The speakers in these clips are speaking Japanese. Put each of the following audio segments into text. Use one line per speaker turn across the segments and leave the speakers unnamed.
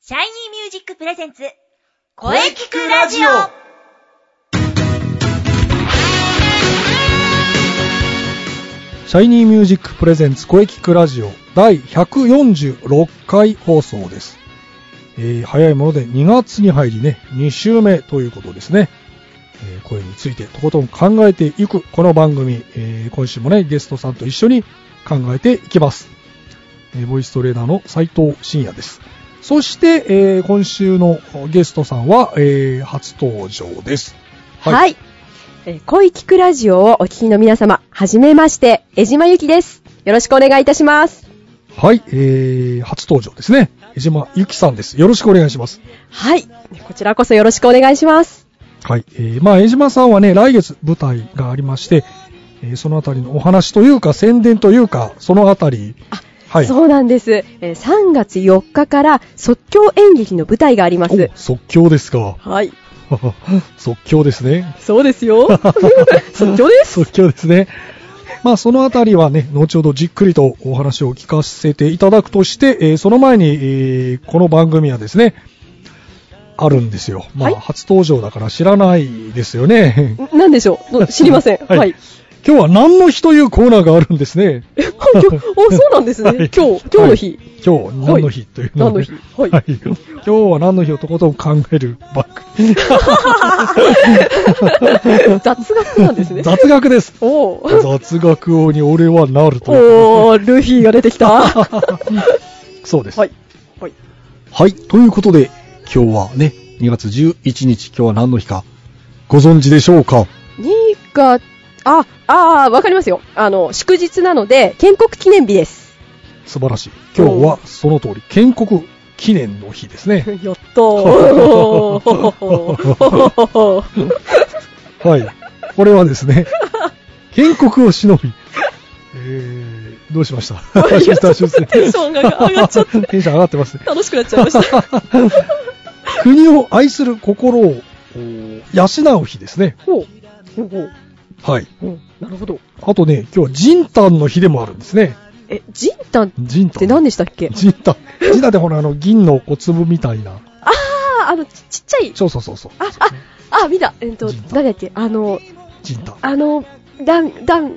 シャイニーミュージックプレゼンツ、
声聞くラジオ
シャイニーミュージックプレゼンツ声聞くラジオ第146回放送です。えー早いもので2月に入りね、2週目ということですね。えー声についてとことん考えていくこの番組、えー今週もね、ゲストさんと一緒に考えていきます。えーボイストレーナーの斉藤真也です。そして、えー今週のゲストさんは、えー初登場です。
はい。えー恋聞くラジオをお聞きの皆様、はじめまして、江島ゆきです。よろしくお願いいたします。
はい、えー、初登場ですね。江島ゆきさんです。よろしくお願いします。
はい。こちらこそよろしくお願いします。
はい、えー、まあ、江島さんはね、来月舞台がありまして、えーそのあたりのお話というか、宣伝というか、そのあたり、はい。
そうなんです。えー3月4日から即興演劇の舞台があります
お。即興です か。
はい。
即興ですね。
そうです よ。即興です。
即興ですね。まあ、そのあたりはね、後ほどじっくりとお話を聞かせていただくとして、えーその前に、えーこの番組はですね、あるんですよ。まあ、
はい
初登場だから知らないですよね。
ん何でしょうど知りません。
はい
はい。
今日は何の日というコーナーがあるんですね。
え、今 日、お、そうなんです
はい
ね。今日、今日の日。
今日何の日という
何
で
の日はい
今日は何の日をとことん考えるバッ
雑学なんです
グ。
ね。
雑学 です。
おー
雑学王に俺はなる という。
おー、ルフィが出てきた。は
そうです。
い。はい。
はい。ということで、今日はね、2月11日、今日は何の日か、ご存知でしょうか
にか、あ、ああ、わかりますよ。あの、祝日なので、建国記念日です。
素晴らしい。今日はその通り、建国記念の日ですね。
やったー。
はい。これはですね、建国を忍び、えー、どうしましたどうしました出世
テンションが上がっちゃって、
テンション上がってますね。
楽しくなっちゃ いました。
国を愛する心をおー養う日ですね。
ほう。ほうほう。
はい。
ほうなるほど。
あとね、今日は仁丹の日でもあるんですね。
え、ジンタンっ
仁丹。
て何でしたっけ
仁丹。仁丹ってほら、あの、銀の小粒みたいな。
ああ、あの、ちちっちゃい。
そうそうそうそう。
あ、あ、あ、見た。えっと
ジン、タン
誰だっけあの、
仁丹。
あの、ダン、ダン、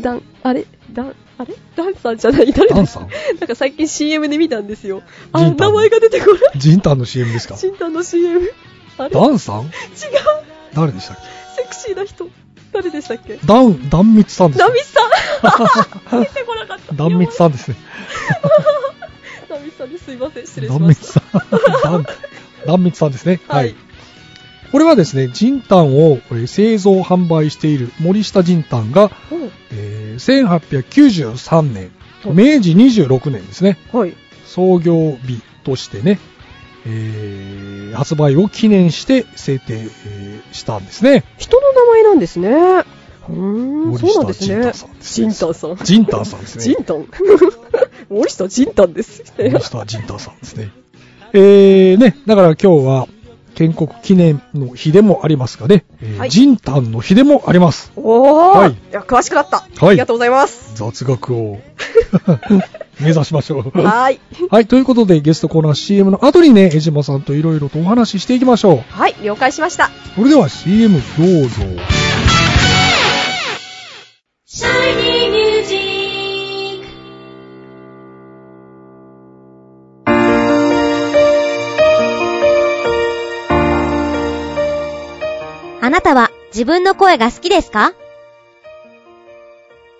ダン、あれダン、あれダンさんじゃない誰
ダ
だ
ンさん
なんか最近 CM で見たんですよ。あ、
ジンタン
名前が出てこない。
仁丹の CM ですか
新ンの CM。あれ違う
ダンさん誰でしたっ
セクシーな人。誰でしたっけ
けダン、ダンミツさんです
ナ
か
ミ さん出てこなかった。
ダンミツさんですね。
ナミさんですいません。失礼し
ダン
ま
ミ
し
ツ
た。
さん。ダン、ダンミツさんですね。は
はいい。
これはですね、仁丹をえー製造販売している森下仁丹が、えー1893年、
はい
明治26年ですね、
はい。
創業日としてね、えー発売を記念して制定、えーしたんですね。
人の名前なんですね。うーん、
森
そうな
下
んです
仁
ね
丹さん。です
ジンタンさん。
仁丹さんですね。
ジンタン 森下ジンタンです。
森下仁太さんですね。えー、ね、だから今日は、建国記念の日でもありますがね、えー
はい
仁丹の日でもあります。
おー、
はい
いや、詳しくなった。
はい
ありがとうございます。
雑学を 目指しましょう。
はーい。
はい、ということでゲストコーナー CM の後にね、江島さんといろいろとお話ししていきましょう。
はい、了解しました。
それでは CM どうぞ。
シャイニーミュージック
あなたは自分の声が好きですか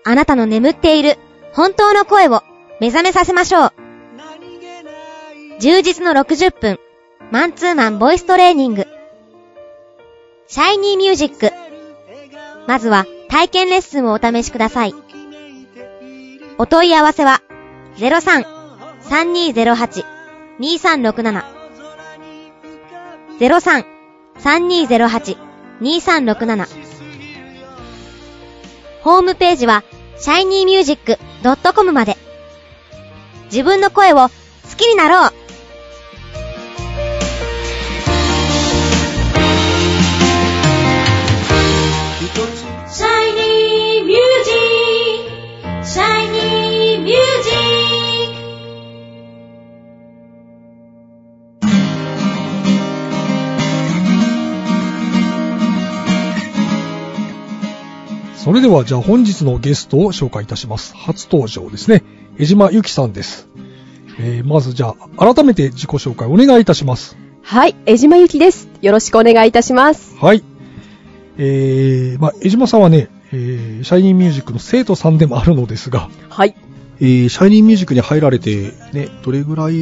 あなたの眠っている本当の声を目覚めさせましょう。充実の60分、マンツーマンボイストレーニング。シャイニーミュージック。まずは体験レッスンをお試しください。お問い合わせは03-3208-2367 03-3208-2367 3208-2367ホームページは shinymusic.com まで自分の声を好きになろう
シャイニーミュージックシャイニーミュージック
それではじゃあ本日のゲストを紹介いたします。初登場ですね。江島由紀さんです。えーまずじゃあ改めて自己紹介お願いいたします。
はい、江島ゆきです。よろしくお願いいたします。
はい。えー、まあ、江島さんはね、えー、シャイニーミュージックの生徒さんでもあるのですが、
はい。
えーシャイニーミュージックに入られて、ね、どれぐらい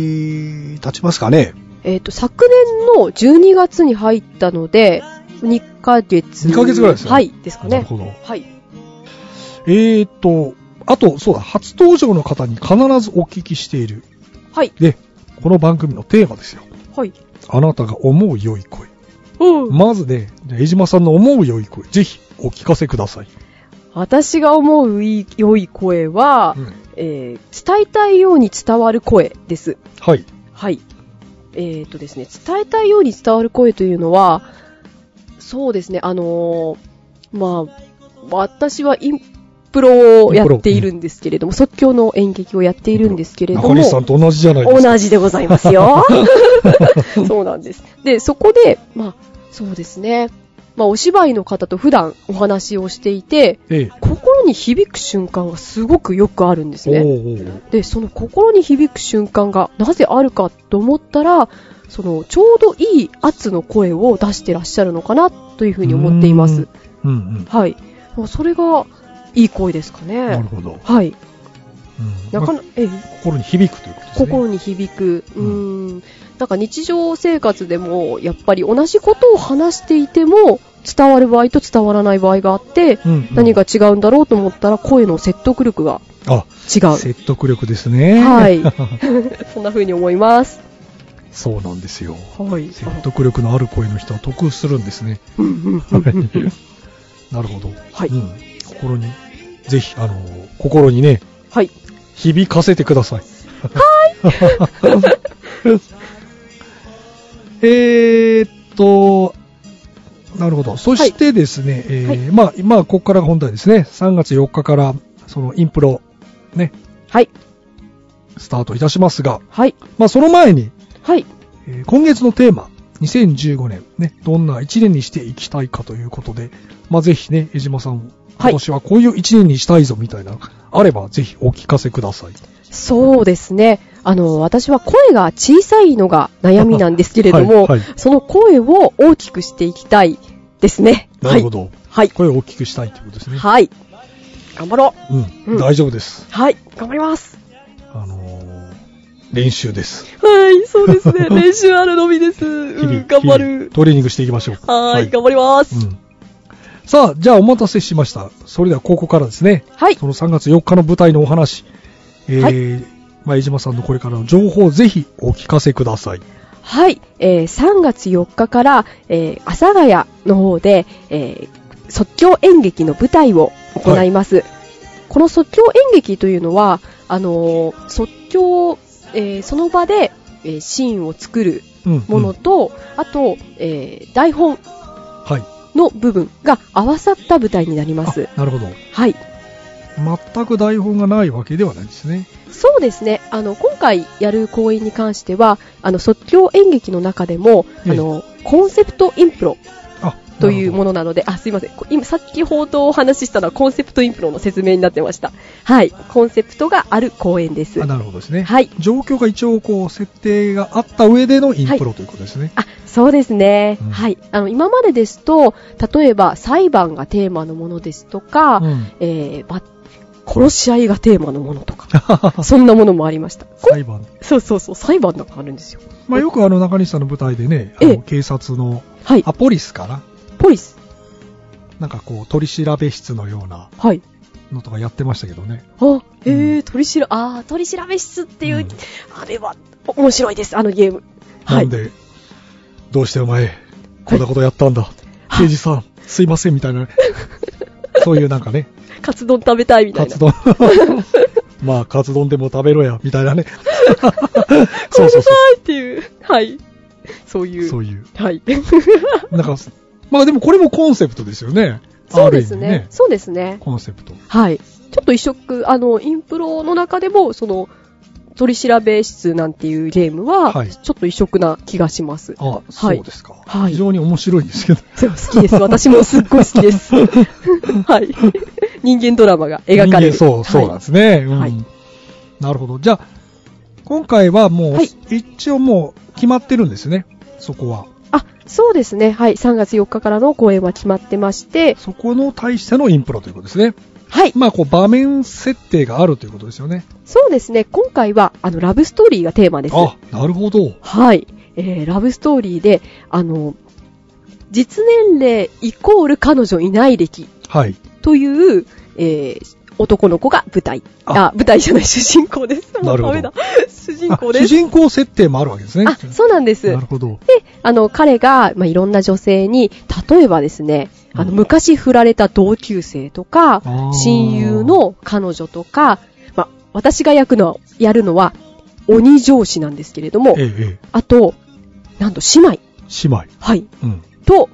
経ちますかね
えっ、と、昨年の12月に入ったので、2ヶ月。
2ヶ月ぐらいですよね
はい、ですか
なる
ね。
ほど。
はい。
えーと、あと、そうだ、初登場の方に必ずお聞きしている。
はい。
で、この番組のテーマですよ。
はい。
あなたが思う良い声。
うん。
まずね、じゃあ江島さんの思う良い声、ぜひお聞かせください。
私が思ういい良い声は、えー伝えたいように伝わる声です。
はい。
はい。えっ、とですね、伝えたいように伝わる声というのは、そうですね、あのーまあ、私はインプロをやっているんですけれども、即興の演劇をやっているんですけれど
中
も、
西さんと同じじゃないですか。
同じでございます よ。そうなんです。で、そこで、まあ、そうですね、まあ、お芝居の方と普段お話をしていて、
ええ。
心に響く瞬間がすごくよくあるんです
お
ね。
ーおー
で、その心に響く瞬間がなぜあるかと思ったら、そのちょうどいい圧の声を出してらっしゃるのかなというふうに思ってい
う
ま
ー
す
ん。うんうん。
はい。もうそれがいい声ですか
なる
ね。
ほど。
はい。
うん
なか
ま
な、え、
あ心に響くということですね。
心に響く。うーん。なんか日常生活でも、やっぱり同じことを話していても、伝わる場合と伝わらない場合があって、
うんうん
何が違うんだろうと思ったら声の説得力が
あ、
違う。
説得力ですね。
はい。そんな風に思います。
そうなんですよ。
はい。
説得力のある声の人は得するんですね。
うんうんうん
なるほど。
はい
うん、心に、ぜひ、あの、心にね、
はい。
響かせてください。はい。えーっと、なるほど。そしてですね、えー
はい
まあ、まあ、ここからが本題ですね。3月4日から、その、インプロ、ね、
はい。
スタートいたしますが、
はい。
まあ、その前に、
はい。
えー今月のテーマ、2015年、ね、どんな1年にしていきたいかということで、まあ、ぜひね、江島さん、
は
今
い
年はこういう1年にしたいぞみたいなのがあれば、ぜひお聞かせください。
そうですね。あの、私は声が小さいのが悩みなんですけれども、
はいはい
その声を大きくしていきたいですね。
なるほど。
はい。
声を大きくしたいということです
はい。
ね。
はい。頑張ろう。
うん、
うん
大丈夫です。
はい。頑張ります。
あのー練習です。
はい。そうです ね。練習あるのみです。うん、頑張
日々
る。
トレーニングしていきましょう。
はーい。
う
頑張ります。
ん。さあ、じゃあお待たせしました。それではここからですね。
はい。
その3月4日の舞台のお話、えーまあ、江島さんのこれからの情報をぜひお聞かせください。
はい、えー3月4日から、えー、阿佐ヶ谷の方で、えー即興演劇の舞台を行います。この即興演劇というのは、あのー即興、えーその場で、えーシーンを作る
うん
も
う
の
ん
と、あと、えー台本
はい。
の部分が合わさった舞台になります。
あなるほど。
はい。
全く台本がないわけではないですね。
そうですね。あの、今回やる公演に関しては、あの、即興演劇の中でも、あ
ええ
の、コンセプトインプロ
あ、
というも
の。
のなので、あ、すいません。こ今、さっき報道をお話ししたのはコンセプトインプロの説明になってました。はい。コンセプトがある公演です。
あ
は
なるほどですね。
い。
状況が一応こう設定があった上でのインプロということですね。
あ、そうですね。
うん
はい。あの、今までですと、例えば裁判がテーマのものですとか、
うん。
えーば殺し合いがテーマのものとか、 そんなものもありました。こ
裁判。
そうそうそう、裁判なんかあるんですよ。
まあよくあの中西さんの舞台でね、あ
ええ
の警察の
はい
ア。ポリスから、
ポリス。
なんかこう取り調べ室のような
はい。
のとかやってましたけどね。
あ、え
う
ー、取り調べ、あー、取り調べ室っていう、
うん
あれは、面白いです、あのゲーム。は
なん
い。
で、どうしてお前、こんなことやったんだ。刑事さん、すいませんみたい な。そういうなんかね、
カツ丼食べたいみたい
カ
な
ツ。丼。 まあ、カツ丼でも食べろや、みたいな ね。そうそうそ。
いっていう。はい。そういうう。
そういう。
はい。
なんか、まあでもこれもコンセプトですよね。
そうです
ある意味
ね。そうですね。
コンセプト。
はい。ちょっと一色、あの、インプロの中でも、その、取り調べ室なんていうゲームは、
はい
ちょっと異色な気がします。
あ、そうですか。
はい
非常に面白いんですけど。
そう好きです。私もすっごい好 きです。はい。人間ドラマが描かれる。
人間そう、そうなん
はい
ですね。うん
はい
なるほど。じゃあ、今回はもう、
はい
一応もう決まってるんですね。そこは。
あ、そうですね。はい。3月4日からの公演は決まってまして、
そこの対してのインプロということですね。
はい。
まあ、こう、場面設定があるということですよね。
そうですね。今回は、あの、ラブストーリーがテーマです。
あ、なるほど。
はい。えー、ラブストーリーで、あの、実年齢イコール彼女いない歴
はい。
という、えー、男の子が舞台。
あ
あ舞台じゃない、主人公です。も
な
う
るほど
ダメだ。主人公
あ
で
主
す。
人公設定もあるわけですね。
あ、そうなんです。
なるほど。
で、あの、彼が、まあ、いろんな女性に、例えばですね、あの、
うん
昔振られた同級生とか
あー、
親友の彼女とか、まあ、私がやくのは、やるのは、鬼上司なんですけれども
え、え、ええ、
あと、なんと姉妹、
姉妹。
はい、
うん。
と、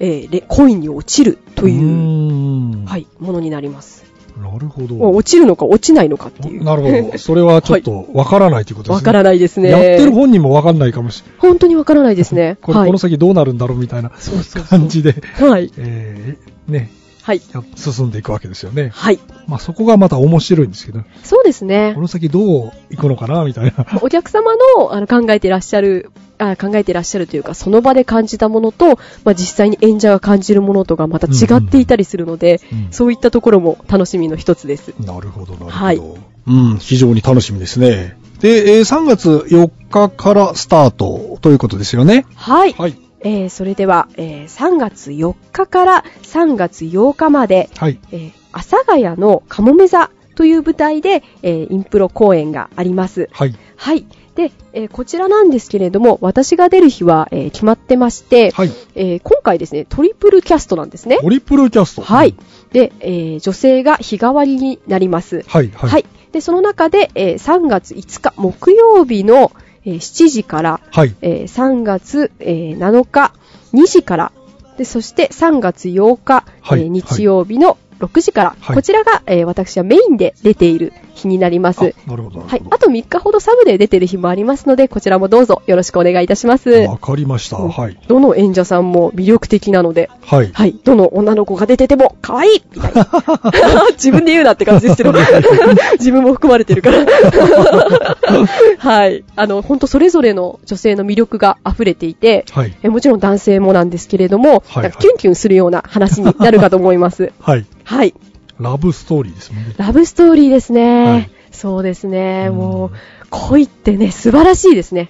えーれ恋に落ちると
う
いう、
ーん
はい、ものになります。
なるほど。
もう落ちるのか落ちないのかっていう。
なる ほど。それはちょっとわからないということです
わ
ね。
からないですね。
やってる本人もわかんないかもしれない。
本当にわからないですね。
これ、
はい
この。先どうなるんだろうみたいな
そうそうそう
感じで、
はい。
えー、ね、
はい。
や進んでいくわけですよね。
はい。
まあそこがまた面白いんですけど、
そうですね
こ。の先どう行くのかなみたいな。
お客様のあの考えてらっしゃる、あ考えてらっしゃるというか、その場で感じたものと、まあ、実際に演者が感じるものとがまた違っていたりするので、
うん
そういったところも楽しみの一つです。
なるほど、なるほど。
はい
うん、非常に楽しみですね。で、えー3月4日からスタートということですよね。
はい。
はい。
えーそれでは、えー3月4日から3月8日まで、
はい。
えー阿佐ヶ谷のカモメ座という舞台で、えーインプロ公演があります。
はい。
はい。で、えーこちらなんですけれども、私が出る日は、えー決まってまして、
はい。
えー今回ですね、トリプルキャストなんですね。
トリプルキャスト。
はい。。で、えー女性が日替わりになります。
はい、は。
はいい。で、その中で、えー3月5日木曜日の、えー7時から、
はい。
えー3月、えー7日2時から、で、そして3月8日、
はい
えー日曜日の6時から、
はい
こちらが、えー私はメインで出ている日になります。
あなるほど、な
は
る
い
ほ。
あと3日ほどサブで出てる日もありますので、こちらもどうぞよろしくお願いいたします。
ど。わかりました。
うん
はい。
どの演者さんも魅力的なので、
はい。
はい、どの女の子が出てても可愛 いみたいな。自分で言うなって感じですけど、自分も含まれてるから。 はい。あの、本当それぞれの女性の魅力が溢れていて、
はい。
えもちろん男性もなんですけれども、
はい
なんかキュンキュンするような話になるかと思 います。
はい。
はい。
ラブストーリーです もんね。
ラブストーリーですね。
はい
そうですね。
うん
もう、恋ってね、素晴らしいですね。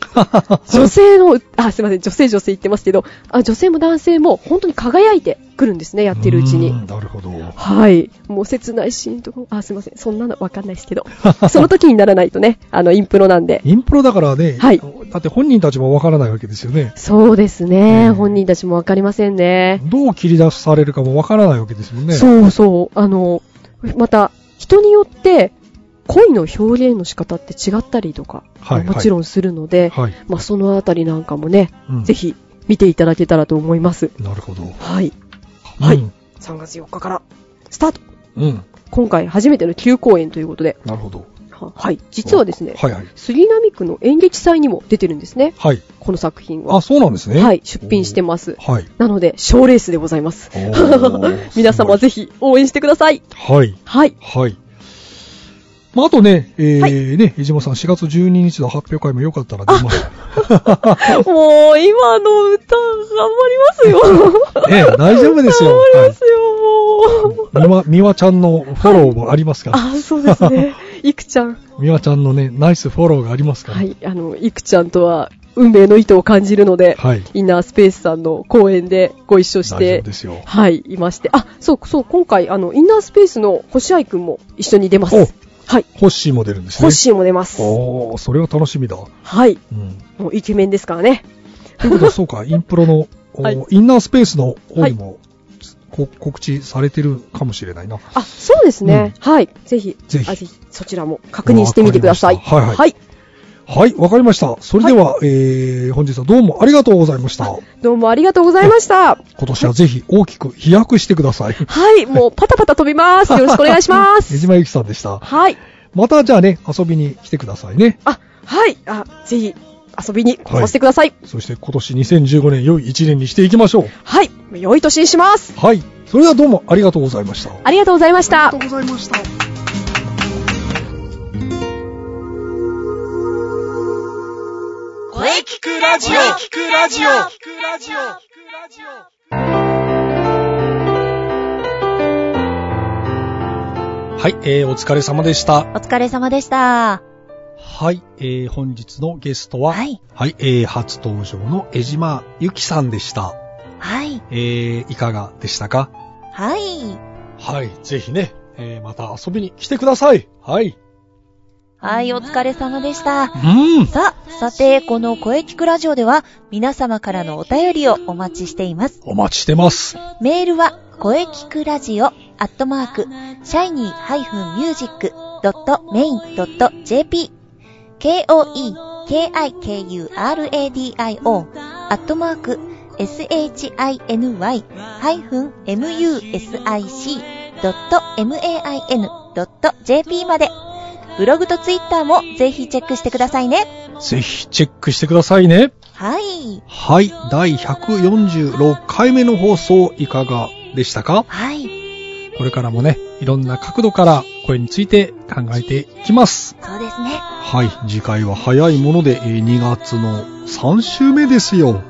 女性の、あ、すいません、女性女性言ってますけど、あ女性も男性も本当に輝いてくるんですね、やってるうちに。
んなるほど。
はい。もう切ないシーンとかも、あ、すいません。そんなのわかんないですけど。その時にならないとね、 あの、インプロなんで。
インプロだからね、
はい
だって本人たちもわからないわけですよね。
そうですね。
うん
本人たちもわかりませんね。
どう切り出されるかもわからないわけですもんね。
そうそう。あの、また、人によって、恋の表現の仕方って違ったりとか、
はい
もちろんするので、
はい。
まあ、そのあたりなんかもね、
うん
ぜひ見ていただけたらと思います。
なるほど。
はい。はい
うん。
3月4日から、スタート
うん
今回初めての9公演ということで、
なるほど。
ははい。実はですね、
はいはい。
杉並区の演劇祭にも出てるんですね、
はい。
この作品は
あ、。そうなんですね。
はい、出品してます。
はい。
なので、賞ーレースでございます
お。 ー
皆様
す
ぜひ応援してください。
ごいはい。
はい。
はい。まあ、あとね、えー、ね、江島さん、4月12日の発表会もよかったら出ます。
もう、今の歌、頑張りますよ。
ね、大丈夫 ですよ。
頑張りま
は
すよ、もう。
い。みわ、みわちゃんのフォローもありますから。
あ、そうで すね。いくちゃん。
みわちゃんのね、ナイスフォローがありますから。
はい、あの、いくちゃんとは、運命の意図を感じるので、
はい
インナースペースさんの公演でご一緒し
大丈
て
夫で、すよ。
はい、いまして。あ、そう、そう、今回、あの、インナースペースの星合くんも一緒に出ます。
お
はい。
ホッシーも出るんですね。
ホッシーも出ます。
おー、それは楽しみだ。う
はい。
ん。
もうイケメンですからね。
ということ は、そうか、インプロの、お
はい
インナースペースの方にも、こ告知されてるかもしれないな。
あ、そうですね。はい。ぜひ、
ぜひ
あそちらも確認してみてください。
わかりましたはいはい
はい。
はい、わかりました。それでは、えー、本日はどうもありがとうございました。
どうもありがとうございました。
今年はぜひ大きく飛躍してください。
はい、もうパタパタ飛びます。よろしくお願いします。
江島ゆきさんでした。
はい。
またじゃあね、遊びに来てくださいね。
あ、はい。あ、ぜひ、遊びに来させてください。
そして今年2015年良い1年にしていきましょう。
はい。良い年にします。
はい。それではどうもありがとうございました。
ありがとうございました。
とうございました。
声聞くラジオ声聞くラジオ
はい、えー、お疲れ様でした。
お疲れ様でした。
はい、えー、本日のゲストは、は、
はいい。
えー、初登場の江島ゆきさんでした。
はい。
えー、いかがでしたか
はい。
はい、ぜひね、えー、また遊びに来てください。はい。
はい、お疲れ様でした。
うん。
さあ、さて、この声聞くラジオでは、皆様からのお便りをお待ちしています。
お待ちしてます。
メールは、声聞くラジオ、アットマーク、shiny-music.main.jp、k-o-e-k-i-k-u-r-a-d-i-o、アットマーク、shiny-music.main.jp まで、ブログとツイッターもぜひチェックしてくださいね。
ぜひチェックしてくださいね。
はい。
はい、第146回目の放送いかがでしたか
はい。
これからもね、いろんな角度から声について考えていきます。
そうですね。
はい、次回は早いものでえー2月の3週目ですよ。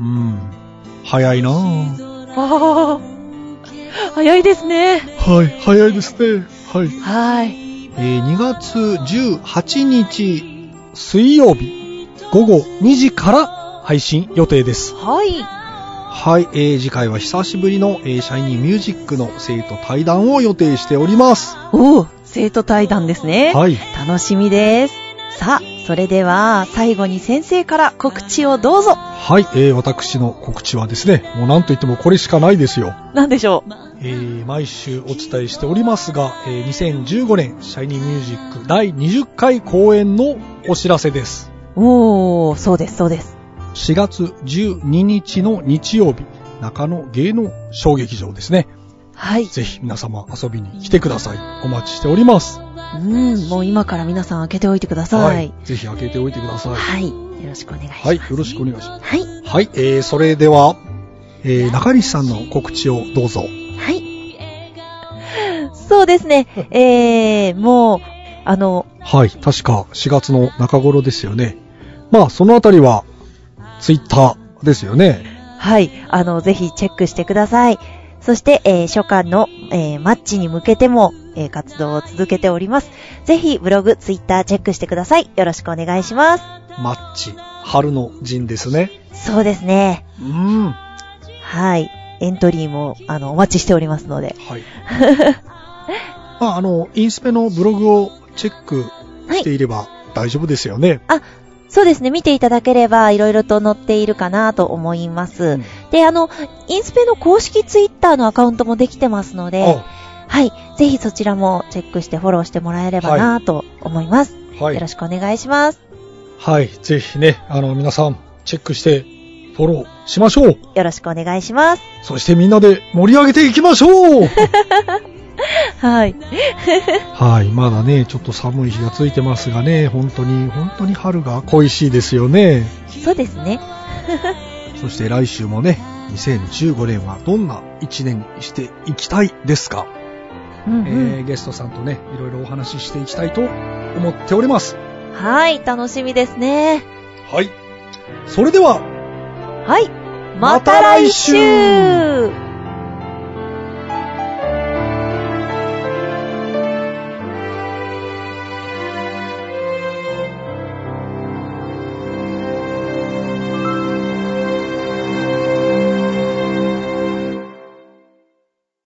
うん、早いなぁ。
ああ、早いですね。
はい、早いですね。はい。
はい。
えー2月18日水曜日午後2時から配信予定です。
はい。
はい、えー次回は久しぶりの、えーシャイニーミュージックの生徒対談を予定しております。
おお、生徒対談ですね。
はい。
楽しみです。さあ、それでは最後に先生から告知をどうぞ。
はい、えー私の告知はですね、もうなんといってもこれしかないですよ。
なんでしょう。
えー毎週お伝えしておりますが、えー2015年シャイニーミュージック第20回公演のお知らせです。
おー、そうです、そうです。
4月12日の日曜日、中野芸能小劇場ですね。
はい。
ぜひ皆様遊びに来てください。お待ちしております。
うん、もう今から皆さん開けておいてください。。
ぜひ開けておいてください。
はい。よろしくお願いします。
はい、よろしくお願いします。
はい。
はい、えー、それでは、えー、中西さんの告知をどうぞ。
はい。
そうですね。えー、もう、あの、
はい、確か4月の中頃ですよね。まあ、そのあたりは、ツイッターですよね。
はい。あの、ぜひチェックしてください。そして、えー初夏の、えーマッチに向けても、えー活動を続けております。ぜひ、ブログ、ツイッターチェックしてください。よろしくお願いします。
マッチ、春の陣ですね。
そうですね。
うん。は
はい。エントリーも、あの、お待ちしております ので。
い。まあ、あの、インスペのブログをチェックしていれば大丈夫ですよね。
そうですね。見ていただければ、いろいろと載っているかなと思います。
うん
で、あの、インスペの公式ツイッターのアカウントもできてますので、
あ
はい。ぜひそちらもチェックしてフォローしてもらえればなと思います。
は
よろ
い。
しくお願いします。
はい、ぜひね、あの、皆さん、チェックして、フォローしましょう。
よろしくお願いします。
そしてみんなで盛り上げていきましょう
はい。
はい、まだね、ちょっと寒い日がついてますがね、本当に、本当に春が恋しいですよね。
そうですね。
そして来週もね、2015年はどんな1年にしていきたいですか、
うんうん
えーゲストさんとね、いろいろお話ししていきたいと思っております。
はい、楽しみですね。
はい。それでは、
はい。
ま
ま
た
た
来
来
週
週